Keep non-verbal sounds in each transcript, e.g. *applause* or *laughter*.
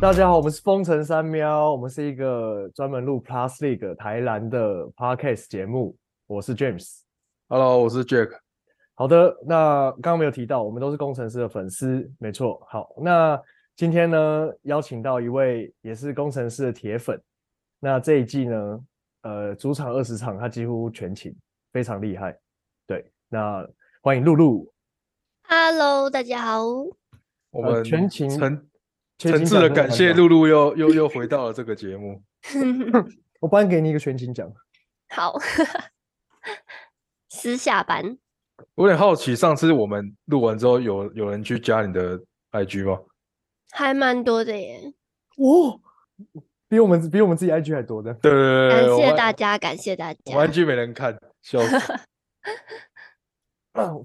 大家好，我们是风城三喵，我们是一个专门录 Plus League 台篮的 Podcast 节目，我是 James。 Hello，我是 Jack。好的，那刚刚没有提到，我们都是工程师的粉丝，没错。好，那今天呢，邀请到一位也是工程师的铁粉。那这一季呢，呃，主场二十场，他几乎全勤，非常厉害。对，那欢迎露露。 Hello，大家 *laughs* 好。我呃们全勤诚全诚勤挚奖的跟感团谢长露露又又又回到了这个节目。我颁给你一个全勤奖。好，私下班我有点好奇，上次我们录完之后有，有人去加你的 IG 吗？还蛮多的耶，哦，比我们比我们自己 IG 还多的。 *clears throat* 对对对感对，我谢们大家，感谢大我们家。 IG 没人看，笑 *laughs* 死。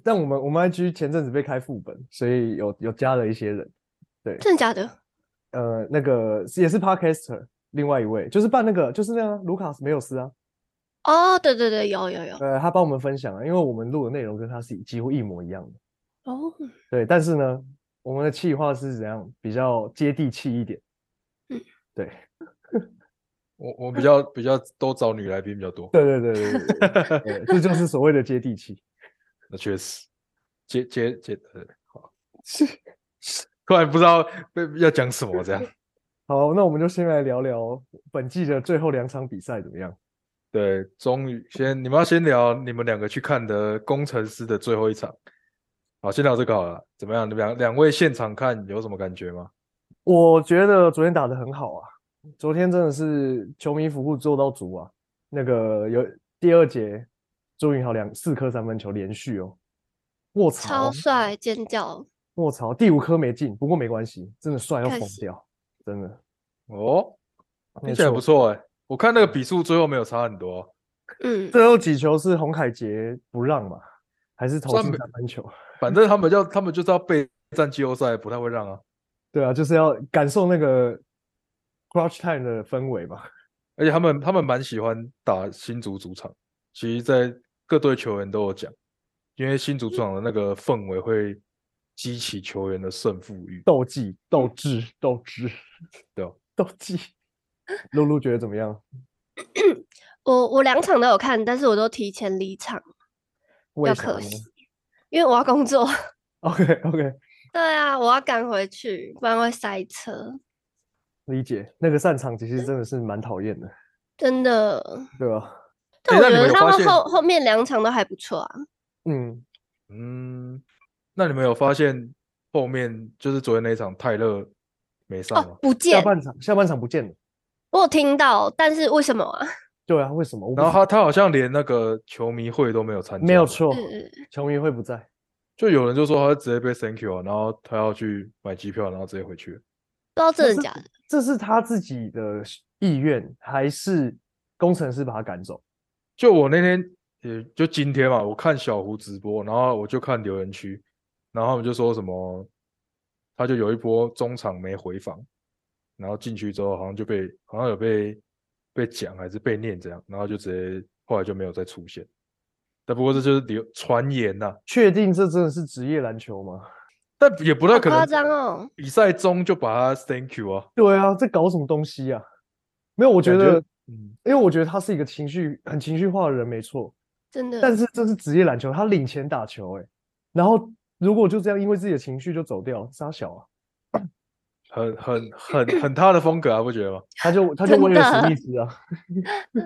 但我们我们 IG 前阵子被开副本，所以有有加了一些人，真的假的？呃，那个也是 Podcaster，另外一位就是办那个就是那个卢卡斯梅有斯啊，哦，对对对，有有有。呃，他帮我们分享啊，因为我们录的内容跟他是几乎一模一样的，哦，对，但是呢，我们的企划是怎样比较接地气一点，嗯，对，我我比较比较都找女来宾比较多，对对对对对对对对，这就是所谓的接地气，那确实。接接接，呃好， *laughs* 突然不知道被要讲什么 *laughs* 这样。好，那我们就先来聊聊本季的最后两场比赛怎么样？对，终于先你们要先聊你们两个去看的工程师的最后一场。好，先聊这个好了，怎么样？你们两两位现场看有什么感觉吗？我觉得昨天打得很好啊，昨天真的是球迷服务做到足啊。那个有第二节，朱云豪两四颗三分球连续哦，卧槽哦超，帅，尖叫！卧槽，第五颗没进，不过没关系，真的帅到可疯惜掉，真的。哦，没听起来不错错哎、我看那个比数最后没有差很多、嗯，最后几球是洪凯杰不让嘛，还是投算进没三分球？反正他们要他们就是要备战季后赛，不太会让啊。对啊，就是要感受那个 crunch time 的氛围嘛。而且他们他们蛮喜欢打新竹主场，其实，在各队球员都有讲，因为新竹主场的那个氛围会激起球员的胜负欲。斗技、斗志、斗志，对哦斗技。露露觉得怎么样？我我两场都有看，但是我都提前离场，比为较啥可呢惜，因为我要工作。 *laughs* *laughs* OK OK，对啊，我要赶回去，不然会塞车，理解。那个散场其实真的是蛮讨厌的，真的。对啊吧？但诶我觉那你们得有他发们现后后面两场都还不错啊。嗯，嗯，那你们有发现后面就是昨天那一场泰勒没上吗哦？，不下见，半场下半场不见了。我有听到，但是为什么啊？哦对啊，为什么？我不然后知他他好像连那个球迷会都没有参加，没有，错，嗯球迷会不在。就有人就说他直接被 thank you 啊，然后他要去买机票，然后直接回去了。不知那道真的是假的。这是他自己的意愿，还是工程师把他赶走？就我那天也就今天嘛，我看小胡直播，然后我就看留言区，然后他们就说什么，他就有一波中场没回防，然后进去之后好像就被好像有被被讲还是被念这样，然后就直接后来就没有再出现。但不过这就是流传言呐、确定这真的是职业篮球吗？但也不太好可夸能张哦！比赛中就把他 thank you 啊，对啊，这搞什么东西啊？没有，我觉感觉得，嗯，因为我觉得他是一个情绪很情绪化的人，没错。真的，但是这是职业篮球，他领钱打球、欸，然后如果就这样因为自己的情绪就走掉，傻小啊。很很很很他的风格啊，不觉得吗？他就他就真威尔史的密斯啊， *laughs*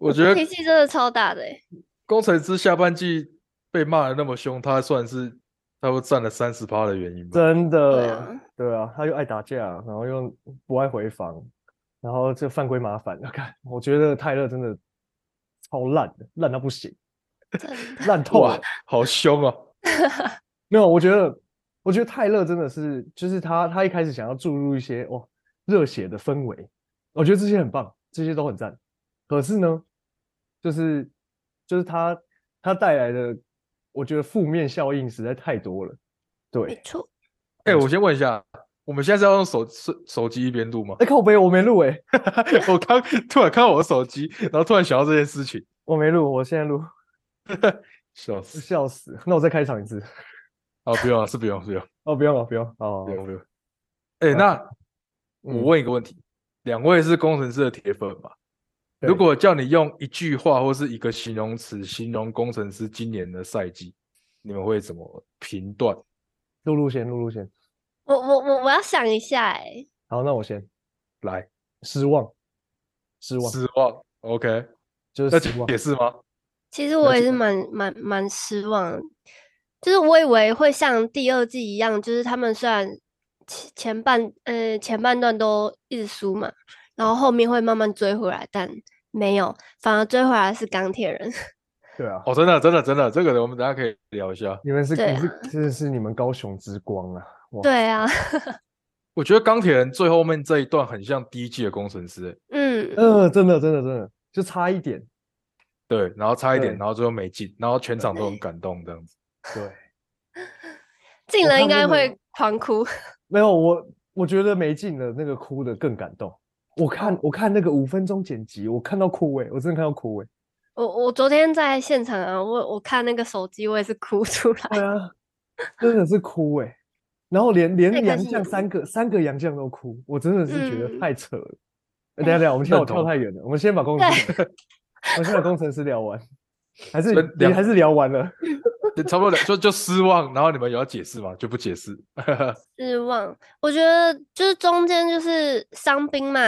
我觉得脾气真的超大的欸，工程师下半季被骂的那么凶，他算是他会占了三十趴的原因吧？真对的，啊，对啊，他又爱打架，然后又不爱回防，然后这犯规麻烦。 *laughs* 看，我觉得泰勒真的超烂的，烂到不行，真的，烂透哇了。好凶啊！ *laughs* 没有，我觉得，我觉得泰勒真的是，就是他他一开始想要注入一些哇热血的氛围，我觉得这些很棒，这些都很赞。可是呢，就是就是他他带来的，我觉得负面效应实在太多了。对没，错。哎、我先问一下，我们现在是要用手手手机一边 *laughs* 录吗？哎、靠背，我没录哎、我刚突然看到我的手机，然后突然想到这件事情，我没录，我现在录，笑死！笑死。那我再开场一次。啊，不用了，是不用，不用，哦，不用了，不用。哦不，用，不用。哎、那嗯我问一个问题，两位是工程师的铁粉嘛？对如果叫你用一句话或是一个形容词形容工程师今年的赛季，你们会怎么评断？露露先，露露先。我我我我要想一下哎、好，那我先。来，失望，失望，失望。OK，就那是失望解。释吗？其实了我也解是蛮蛮蛮失望，就是我以为会像第二季一样，就是他们虽然前前半呃前半段都一直输嘛，然后后面会慢慢追回来，但没有，反而追回来是钢铁人。对啊，哦，真的，真的，真的，这个我们等一下可以聊一下。你们是对你是真的是你们高雄之光啊！哇，对啊， *laughs* 我觉得钢铁人最后面这一段很像第一季的工程师、欸，嗯，呃，真的真的真的就差一点。对，然后差一点，对然后最后没进，然后全场都很对感动这样子。对，进我人应看那该个会狂哭。 *laughs* 没有我我觉得没进的那个哭的更感动。我看我看那个五分钟剪辑，我看到哭哎、我真的看到哭哎、我我昨天在现场啊，我我看那个手机，我也是哭出来。对啊，真的是哭哎、然后连太连可杨惜绛了三个三个杨绛都哭，我真的是觉得嗯太扯了。呃等一下等一下，我们跳认跳同太远了，我们先把工程师 *laughs* 聊完，我们先把工程师聊完，还是所以你两还是聊完了？对差不多了就就失望，然后你们有要解释吗？就不解释。失望，我觉得就是中间就是伤兵嘛，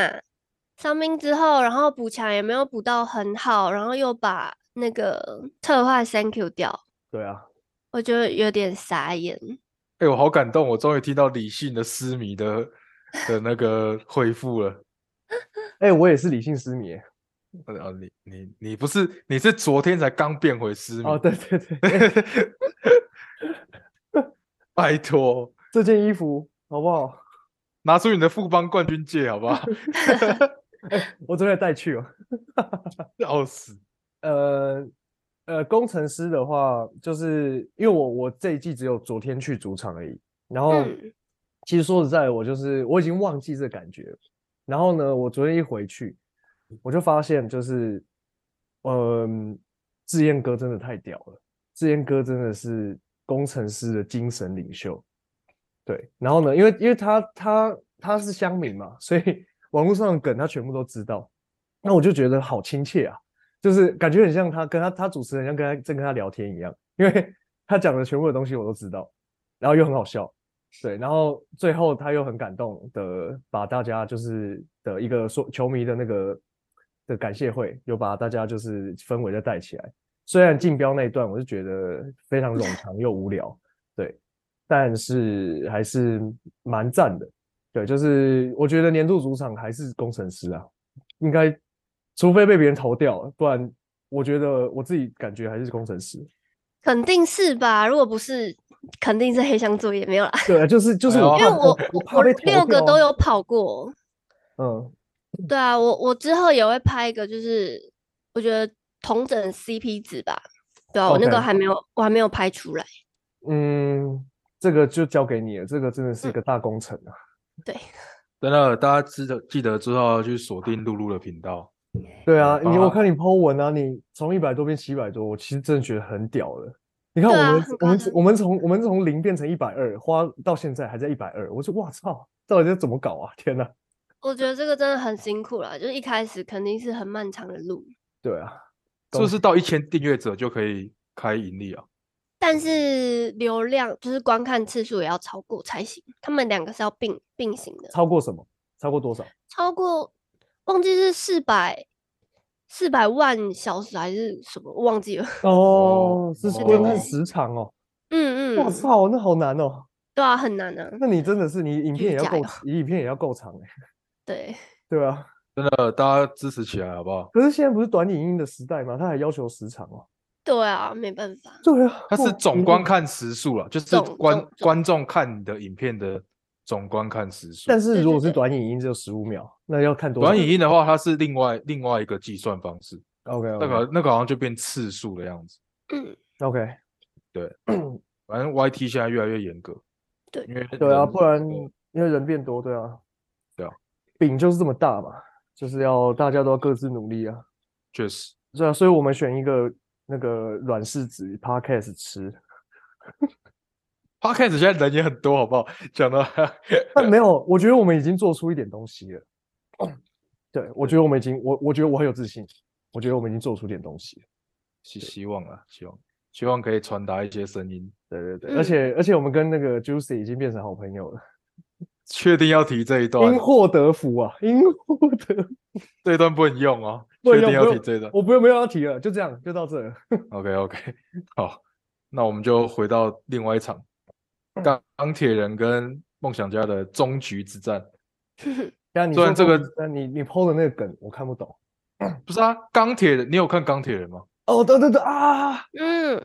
伤兵之后，然后补强也没有补到很好，然后又把那个特坏 Thank you 掉，对啊，我觉得有点傻眼。哎、我好感动，我终于听到理性的思迷的的那个恢复了。哎、我也是理性失眠呃啊，你你你不是你是昨天才刚变回思迷？哦，对对对， *laughs* 哎 *laughs* 拜托，这件衣服好不好？拿出你的富邦冠军戒好 *laughs* 不好？我昨天带去哦。笑死！呃呃，工程师的话，就是因为我我这一季只有昨天去主场而已，然后、嗯其实说实在，我就是我已经忘记这感觉了。然后呢，我昨天一回去，我就发现就是，嗯，志燕哥真的太屌了，志燕哥真的是工程师的精神领袖。对，然后呢，因为因为他他他是乡民嘛，所以 *laughs* 网络上的梗他全部都知道。那我就觉得好亲切啊，就是感觉很像他跟他他主持人像跟他正跟他聊天一样，因为 *laughs* 他讲的全部的东西我都知道，然后又很好笑。对，然后最后他又很感动的把大家就是的一个说球迷的那个的感谢会，又把大家就是氛围再带起来。虽然竞标那一段我是觉得非常冗长又无聊，对，但是还是蛮赞的。对，就是我觉得年度主场还是工程师啊，应该除非被别人投掉，不然我觉得我自己感觉还是工程师。肯定是吧？如果不是，肯定是黑箱作业没有啦。对啊，就是 *laughs* 就是哎呦我因因怕为我我怕我被投六个掉都啊有跑过，嗯。对啊，我我之后也会拍一个，就是我觉得同整 CP 值吧，对啊，我那 OK 个还没有我还没有拍出来，嗯，这个就交给你了，这个真的是一嗯个大工程啊。真的，大家记得记得之后要去锁定露露的频道。对啊，你我好看你 Po 文啊，你从一百多变七百多，我其实真的觉得很屌了。你看我对啊们很我夸们张我们从我们从零变成一百二，花到现在还在一百二，我说哇操，到底是怎么搞啊？天哪！我觉得这个真的很辛苦啦，就是一开始肯定是很漫长的路，对啊，是不是到一千订阅者就可以开盈利啊？但是流量就是观看次数也要超过才行，他们两个是要并并行的，超过什么？超过 *laughs* 多少？超过忘记是四百四百万小时还是什么忘记了， *laughs* 哦，是哦观看时长哦。嗯我嗯，操，那好难哦。对啊，很难啊，那你真的是你影片也要加够油，你影片也要够长哎。对，对啊，真的，大家支持起来好不好？可是现在不是短影音的时代嘛，他还要求时长哦。对啊，没办法，对啊，它是哇总你观看。看时数了，就是总观总总观众看你的影片的总观看时数。但是是对如对果是对短影音只有十五秒，那要看多少？短影音的话，它是另外另外一个计算方式， OK 那个那个好像就变次数的样子。嗯， *laughs* OK 反正 YT 现在越来越严格，对因为对啊，人不然因为人变多，对啊，嗯对啊，饼就是这么大嘛，就是要大家都要各自努力啊，确实，对啊，所以我们选一个那个软柿子 podcast 吃，他开始现在人也很多，好不好？讲的 *laughs* 但没有，我觉得我们已经做出一点东西 *clears throat* 了，对我觉得我们已经，我我觉得我很有自信，我觉得我们已经做出点东西了。希希望啊，希望希望可以传达一些声音。对对对，嗯而且而且我们跟那个 Juicy 已经变成好朋友了，确定要提这一段因，祸得福啊，因祸得福。这一段不能用哦。不确能定用不要提用这一段。我不用没有要提了，就这样，就到这了。 OK OK，好， *laughs* 那我们就回到另外一场嗯钢钢铁人跟梦想家的终局之战。但你虽说然这个那你你 PO 的那个梗我看不懂。不是啊，钢铁人，你有看钢铁人吗？哦，对对对啊，嗯对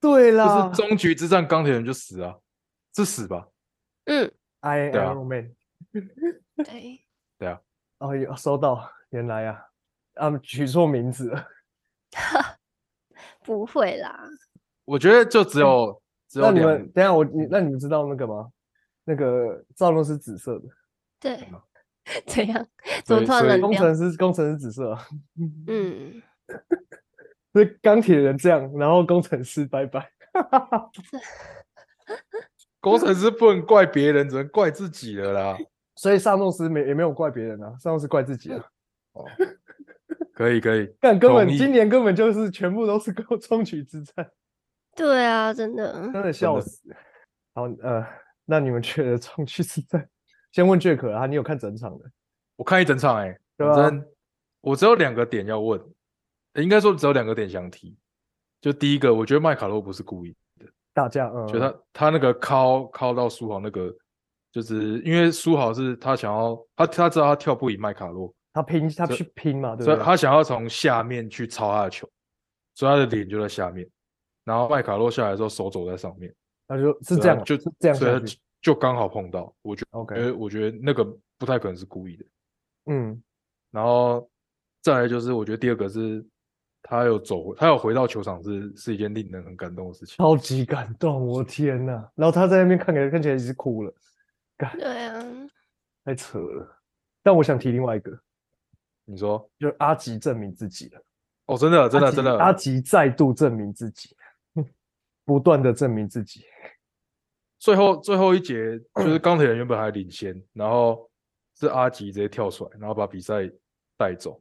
就是啦，终局之战，钢铁人就死啊，是死吧？嗯， I 对啊 Iron Man。对，哦，有收到，原来啊，他们取错名字了。不会啦，我觉得就只有只嗯那有你两嗯们等一下我你那你们知道那个吗？那个赵露是紫色的，对么， *laughs* 怎样？怎么对突然所以冷工掉？程师工程师紫色、啊，嗯，所以钢铁人这样，然后工程师拜拜。工程师不能怪别人，只能怪自己了啦。所以萨诺斯没也没有怪别人啊，萨诺斯怪自己啊。可以可以，但根本同意今年根本就是全部都是跟终局之战，对啊，真的，真的笑的死。好，呃，那你们觉得终局之战？先问 Jack 啊，你有看整场的？我看一整场哎、对反啊正我只有两个点要问，应该说只有两个点想提。就第一个，我觉得麦卡洛不是故意，大家，嗯，就他他那个敲敲到苏豪那个，就是因为苏豪是他想要他他知道他跳不赢麦卡洛，他拼，他这去拼嘛，对所不以对？他想要从下面去抄他的球，所以他的脸就在下面。然后麦卡洛下来的时候手肘在上面，他就是所以这样他啊，就是这样所以下他去。就就呃刚好碰到。我觉 OK，得我觉得那个不太可能是故意的。嗯，然后再来就是，我觉得第二个是他有走回，他有回到球场是是一件令人很感动的事情。超级感动，我天呐！然后他在那边看起来看起来已经哭了，对啊，太扯了。但我想提另外一个，你说就是阿吉证明自己了。哦，真的真阿的吉真的，阿吉再度证明自己， *laughs* 不断的证明自己。最后最后 *clears throat* 一节就是钢铁人原本还领先，然后是阿吉直接跳出来，然后把比赛带走。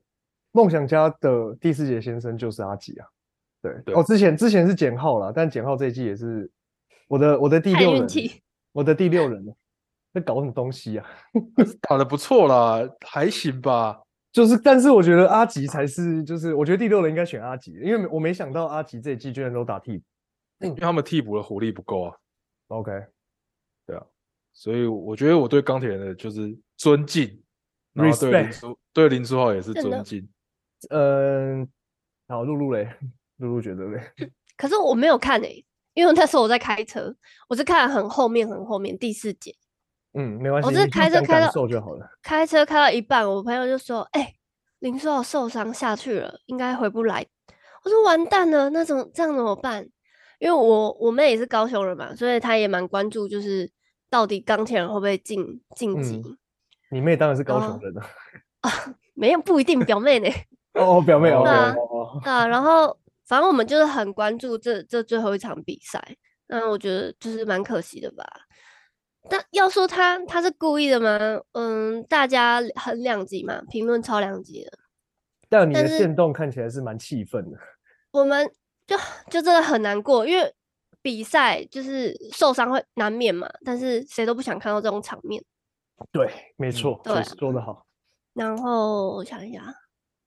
梦想家的第四节先生就是阿吉啊，对，对哦，之前之前是简浩啦，但简浩这一季也是我的我的第看六运人，气，我的第六人了，在搞什么东西啊？打的不错啦，还行吧。就是，但是我觉得阿吉才是，就是我觉得第六人应该选阿吉，因为我没想到阿吉这一季居然都打替补。因为他们替补的火力不够啊， OK，所以我觉得我对钢铁人的就是尊敬，然后对 Respect 林书对林书豪也是真的尊敬。嗯，好，露露嘞，露露觉得嘞，可是我没有看诶、欸因为那时候我在开车，我是看很后面很后面第四节，嗯，没关系，我是你就开车讲开感到受就好了。开车开到一半，我朋友就说：“哎、林书豪受伤下去了，应该回不来。”我说：“完蛋了，那怎么这样怎么办？”因为我我妹也是高雄人嘛，所以她也蛮关注，就是到底钢铁人会不会晋晋级？嗯你妹当然是高雄哦人了，没有不一定，表妹呢？哦，哦表妹哦，OK，那哦对啊，然后反正我们就是很关注这这最后一场比赛，那我觉得就是蛮可惜的吧。但要说他他是故意的吗？嗯，大家很两极嘛，评论超两极的。但你的但是线动看起来是蛮气愤的，我们就就真的很难过，因为比赛就是受伤会难免嘛，但是谁都不想看到这种场面。对，嗯没错，对啊说的好。然后我想一下，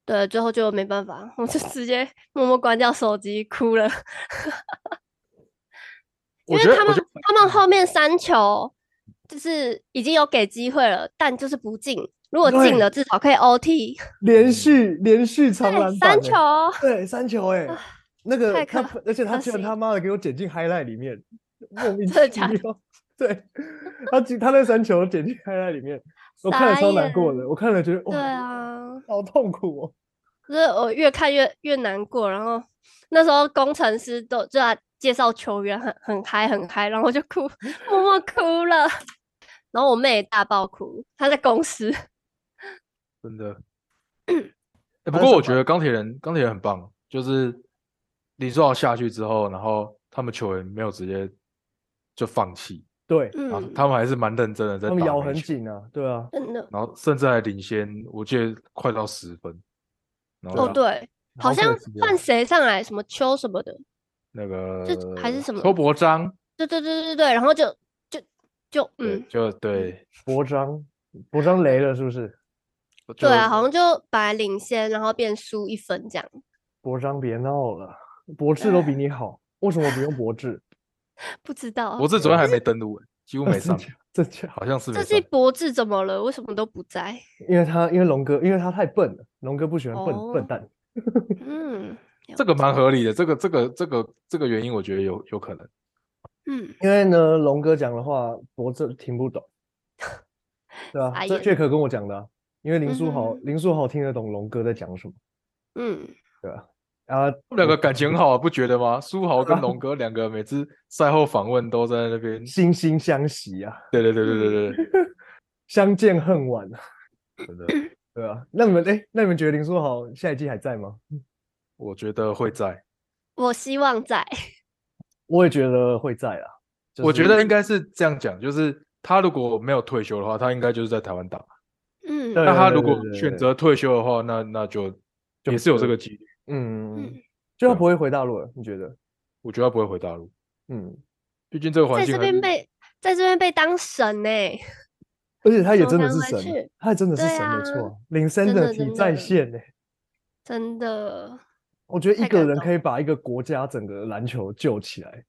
对，最后就没办法，我就直接默默关掉手机哭了，因我为觉得他我们觉得他们后面三球就是已经有给机会了，但就是不进。如果进对了，至少可以 OT。嗯连续连续长对篮板哎三欸球，啊对，三球哎、那个太他可，而且他可居然惜他妈的给我剪进 highlight 里面，莫名 *laughs* 真的其假的妙。对，他进他那三球剪进 highlight 里面，我看了傻超难过眼的，我看了觉得哇，对，啊，好痛苦哦。就是我越看越越难过，然后那时候工程师都 *laughs* 就在介绍球员很很嗨很嗨，然后我就哭，默默哭了。然后我妹也大爆哭，她在公 *laughs* 司。真的。 *clears throat* 还欸不有过什我觉么得钢铁人钢铁人很棒，就是林书豪下去之后，然后他们球员没有直接就放弃，对，啊嗯，，他们还是蛮认真的在他打们咬那一很球，紧啊，对啊，真的然后甚至还领先，我记得快到十分。然后哦，对，好像可惜哦换谁上来什么秋什么的，那个这还是什么邱伯章，对对对对对，然后就就就对，嗯，就对，博章，博章雷了是不是？就对啊，好像就本来领先，然后变输一分这样。博章别闹了，博智都比你好，为什么不用博智？不知道我这昨天还没登录欸，几乎没上， *laughs* 这这，好像是没这上季。博智怎么了？为什么都不在？因为他因为龙哥，因为他太笨了，龙哥不喜欢笨、哦笨蛋，嗯这个蛮合理的，这个这个这个这个原因，我觉得有有可能。嗯，因为呢，龙哥讲的话博智听不懂，对吧、傻这眼这可跟我讲的啊、因为林书豪、嗯哼林书豪听得懂龙哥在讲什么，嗯，啊，他们两个感情很好啊，不觉得吗？苏豪跟龙哥两个每次赛后访问都在那边，嗯惺惺相惜啊， *laughs* 对对对对对对相见恨晚啊，对，真的，对吧、那你们哎，那你们觉得林书豪下一季还在吗？我觉得会在，我希望在。我也觉得会在啊，就我觉是得应该是这样讲，就是他如果没有退休的话，他应该就是在台湾打。嗯，对那他对如对果对对选择退休的话，那那就就也是有这不个几率。嗯嗯，就对他啊不会回大陆了，你觉得？我觉得他不会回大陆，嗯，毕竟这个环在境这边很被在这边被当神呢、而且他也怎么真的敢是神啊回去，他也真的是对神，没啊错啊。领先真的的体真在的线呢，真的我觉得一太个感人动可以把一个国家整个篮球救起来，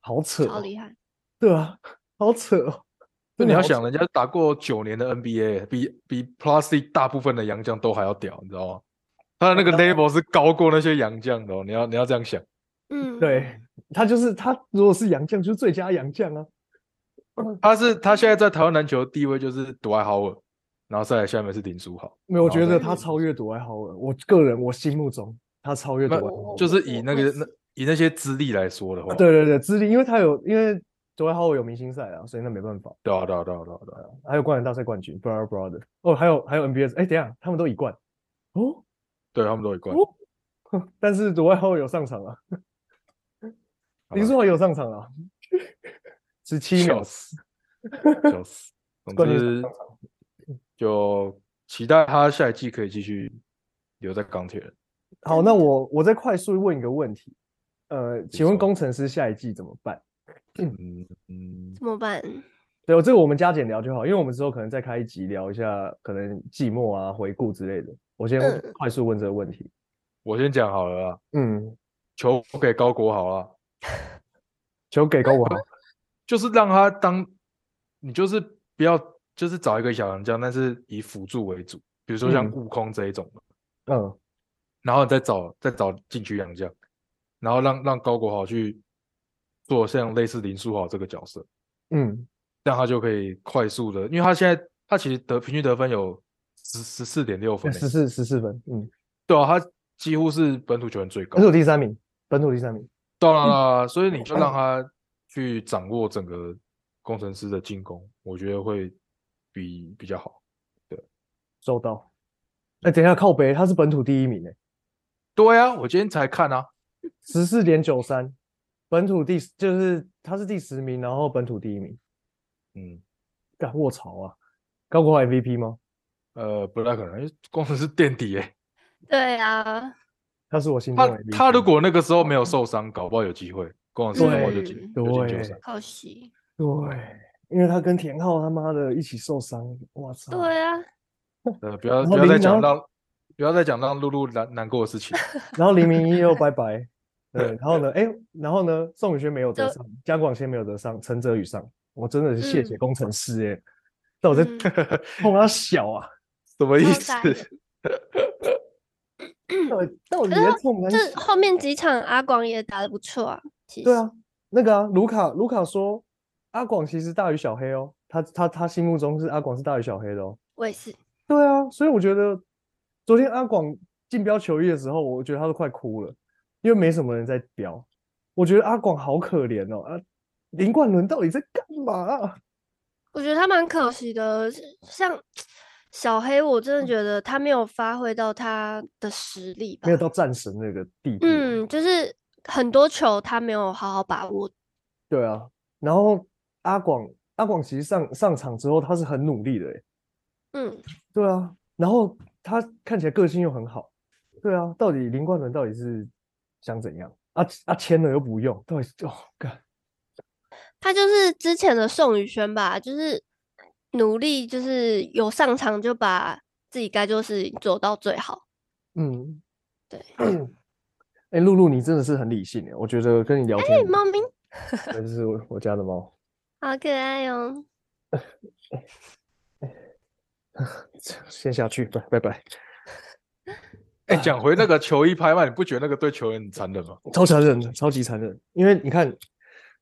好扯超哦，厉害。对啊，好扯哦。那真你的要好想，扯人家打过九年的 NBA，比比 Plastic 大部分的洋将都还要屌，你知道吗？他的那个 level 是高过那些洋将的、哦，你要你要这样想。嗯，， *laughs* 对他就是他，如果是洋将，就是最佳洋将啊。他是他现在在台湾篮球的地位就是独爱好尔，然后再来下面是林书豪，没有，我然后觉再得来他是超越杜埃豪尔，我个人我心目中他超越杜那埃豪尔。就是我以我那也个是那以那些资历来说的话，啊对对对，资历，因为他有因为杜埃豪尔有明星赛啊，所以那没办法。对啊对啊对啊对啊对啊，还有灌篮大赛冠军 b r o t h e r Brother，哦，还有还有 NBA，哎，等一下他们都一冠哦对他们都一贯。哦，哼 *laughs* 但是左外后有上场啊，好林吧书豪有上场啊，十七秒笑，死，笑死。冠总军之上，就期待他下一季可以继续留在钢铁人。好，那我我再快速问一个问题，呃，请问说工程师下一季怎么办？嗯嗯，怎么办？对，这个我们加减聊就好，因为我们之后可能再开一集聊一下可能季末啊、回顾之类的。我先嗯快速问这个问题，我先讲好了啦，嗯，球给高国豪啊，球给高我好，就是让他当，你就是不要，就是找一个小洋将，但是以辅助为主，比如说像嗯悟空这一种的，嗯，然后再找再找禁区洋将，然后让让高国豪去做像类似林书豪这个角色，嗯，这样他就可以快速的，因为他现在他其实得平均得分有十十四点六分欸，十四十四分，嗯，对啊，他几乎是本土球员最高本，土第三名，本土第三名。当然啦，所以嗯你就让他去掌握整个工程师的进攻，我觉得会比比较好。收到。哎、等一下，靠北，他是本土第一名诶、欸对啊，我今天才看啊，十四点九三，本土第就是他是第十名，然后本土第一名。嗯，干卧槽啊！高国华 MVP 吗？呃，不太可能，因为工程师垫底诶、欸对啊，他是我心中他的 MVP。他如果那个时候没有受伤，搞不好有机会，工程师搞不好就进哦对就进球赛。可惜。对，因为他跟田浩他妈的一起受伤，我操！对啊，呃，不要然不后要林再讲然后让不要再讲让露露难难过的事情。然后黎明一又拜 *laughs* 拜。对，然后呢？哎，然后呢？宋宇轩没有得就上，姜广先没有得上，陈哲宇上。我真的是谢谢嗯工程师哎、但我在嗯碰他小啊，什么意超思傻？眼到底到底嗯可是在冲他这小？后面几场阿广也打得不错啊。其实对，啊，那个啊，卢卡卢卡说，阿广其实大于小黑哦，他他他心目中是阿广是大于小黑的哦。我也是。对啊，所以我觉得昨天阿广竞标球衣的时候，我觉得他都快哭了，因为没什么人在标。我觉得阿广好可怜哦，啊，林冠伦到底在干嘛啊、我觉得他蛮可惜的，是像小黑，我真嗯的觉得他没有发挥到他的实力吧没有。到战神那个地步。嗯，就是很多球他没有好好把握。对啊，然后阿广阿广其实上上场之后他是很努力的欸，嗯，对啊，然后他看起来个性又很好，对啊，到底林冠伦到底是想怎样？啊啊签了又不用，到底是哦干他就是之前的宋宇轩吧，就是努力，就是有上场就把自己该做的事情做到最好。嗯对哎、露露你真的是很理性欸，我觉得跟你聊天哎，嗯猫咪对，这是我我家的猫，好可爱哦。先下去，拜拜拜，哎，讲回那个球衣拍卖，你不觉得那个对球员很残忍吗？超残忍的，超级残忍，因为你看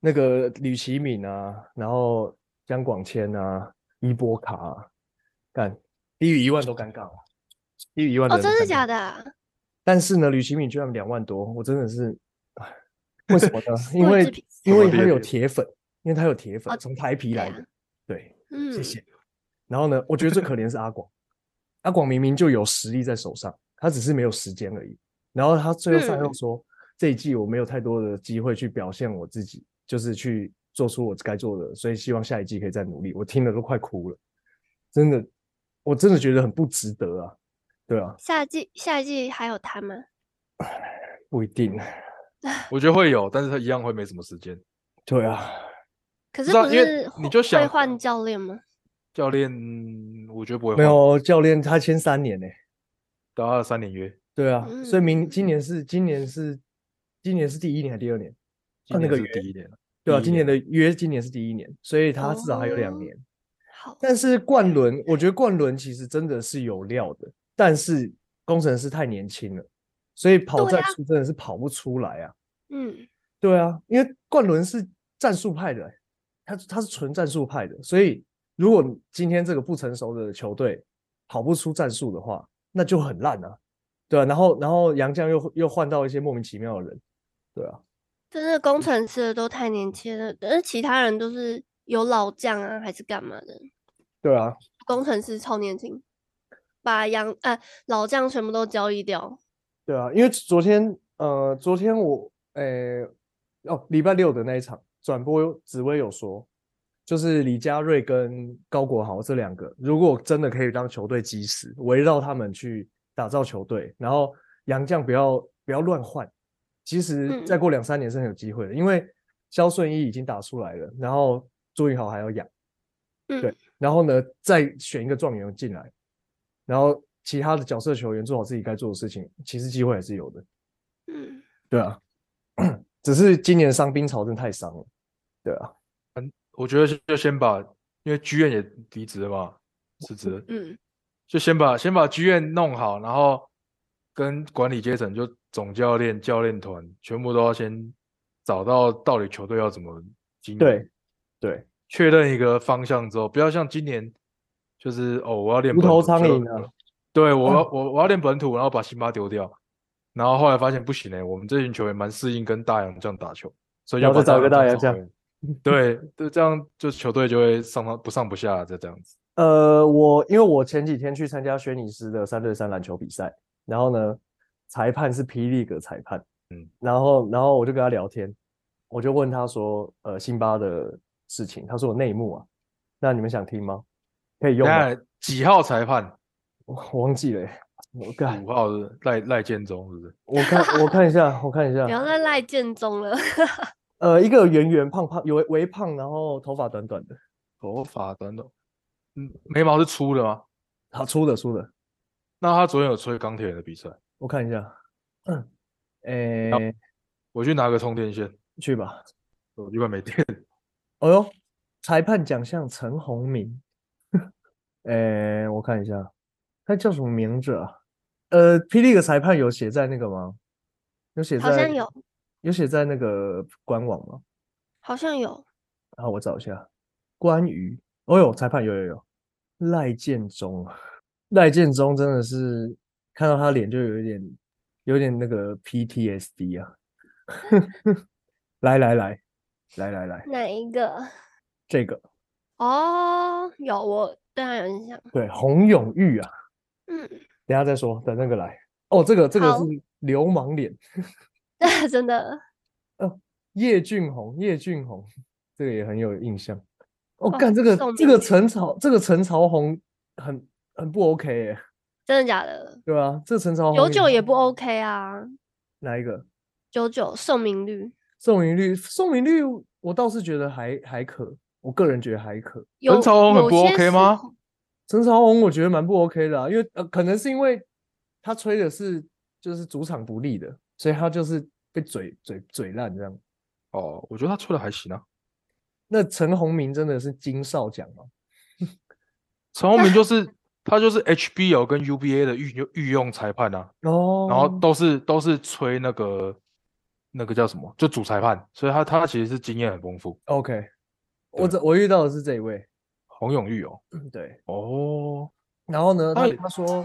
那个吕其敏啊，然后姜广谦啊，伊波卡啊，干低于一万都尴尬了，低于一万哦，人真都的尴假尬？的啊？但是呢，吕其敏居然两万多，我真的是，唉为什么 *laughs* 呢？因为位置比因什么为他列有表铁粉，因为他有铁粉，哦从台皮对来啊的，对，嗯，谢谢。然后呢，我觉得最可怜是阿广，阿广明明就有实力在手上，他只是没有时间而已。然后他最后赛后嗯说，这一季我没有太多的机会去表现我自己，就是去做出我该做的，所以希望下一季可以再努力。我听了都快哭了，真的，我真的觉得很不值得啊。对啊，下一季下一季还有他吗？不一定， *laughs* 我觉得会有，但是他一样会没什么时间。对啊，可不是知道不因为是你会就想会换教练吗？教练，嗯我觉得不会没换，有教练他签三年呢、打到三年约，对啊，所以明今嗯年是今年是今年是第一年还是第二年？今那年个是约第一年了。对啊，第一今年的约今年是第一年，所以他至少还有两哦年。好，但是冠伦，我觉得冠伦其实真的是有料的，但是工程师太年轻了，所以跑对战啊术真的是跑不出来啊。嗯，对啊，因为冠伦是战术派的欸、他他是纯战术派的，所以如果你今天这个不成熟的球队跑不出战术的话，那就很烂啊。对啊，然后然后杨绛又又换到一些莫名其妙的人，对啊，真的工程师的都太年轻了，但是其他人都是有老将啊，还是干嘛的？对啊，工程师超年轻，把杨呃老将全部都交易掉。对啊，因为昨天呃，昨天我诶、哦，礼拜六的那一场转播有，紫薇有说，就是李佳瑞跟高国豪这两个，如果真的可以让球队基石，围绕他们去打造球队，然后杨将不要不要乱换，其实再嗯过两三年是很有机会的，因为肖顺义已经打出来了，然后朱云豪还要养。对嗯，然后呢，再选一个状元进来，然后其他的角色球员做好自己该做的事情，其实机会还是有的。嗯，对啊，只是今年伤兵潮真的太伤了。对啊，我觉得就先把，因为剧院也离职了嘛，*laughs* 辞职了，嗯，就先把先把剧院弄好，然后跟管理阶层，就总教练、教练团，全部都要先找到到底球队要怎么经营，对，对，确认一个方向之后，不要像今年就是哦，我要练无本头土苍就蝇啊对我要我我要练本土，然后把辛巴丢掉，然后后来发现不行哎、我们这群球员蛮适应跟大洋将打球，所以然要后再把找一个大洋将将找回来。对，就这样，就球队就会上上不上不下，就这样子。呃，我因为我前几天去参加轩尼诗的三对三篮球比赛，然后呢，裁判是霹雳格裁判，嗯，然后然后我就跟他聊天，我就问他说，呃，辛巴的事情，他说有内幕啊，那你们想听吗？可以用吗？那几号裁判？我我忘记了欸，我干，五号是不是赖赖建中是不是？我看我看一下， *laughs* 我看一不啊要下，再赖建中了。 *laughs* 呃，一个圆圆胖胖，有微微胖，然后头发短短的，头发短短，嗯，眉毛是粗的吗？他粗的粗的，那他昨天有吹钢铁人的比赛，我看一下，嗯，诶，我去拿个充电线，去吧，我一般没电。哦呦，裁判奖项陈宏明，诶，我看一下，他叫什么名字啊？呃，霹雳的裁判有写在那个吗？有写好像在有有写在那个官网吗？好像有，啊，我找一下，关于，哦呦，裁判有有有，赖建中啊，赖建中真的是看到他脸就有一点，有点那个 PTSD 啊， *laughs* 来来来，来来来，哪一个？这个哦，有我对他有印象，对，洪永玉啊，嗯，等 *laughs* 一下再说，等那个来。哦，这个这个好是流氓脸，对，真的叶俊宏，叶俊宏，这个也很有印象。哦，哇干这个宋这明个野陈朝这个陈朝红很很不 OK 耶、真的假的？对吧、这陈哦朝红九九也不 OK 啊，哪一个？九九宋明率宋明律，宋明律我倒是觉得还还可，我个人觉得还可。有朝红很有不些 OK 时吗候陈朝红我觉得蛮不 OK 的、啊，因为呃，可能是因为他吹的是就是主场不利的，所以他就是被嘴嘴嘴烂这样。哦，我觉得他吹的还行啊。那陈鸿明真的是金哨奖吗？陈宏明就是他就是 HBL 跟 UBA 的御用御用裁判啊，哦，然后都是都是吹那个那个叫什么，就主裁判，所以他他其实是经验很丰富。 OK，我对这我遇到的是这一位，嗯洪永玉哦，对，哦，然后呢，他他也他说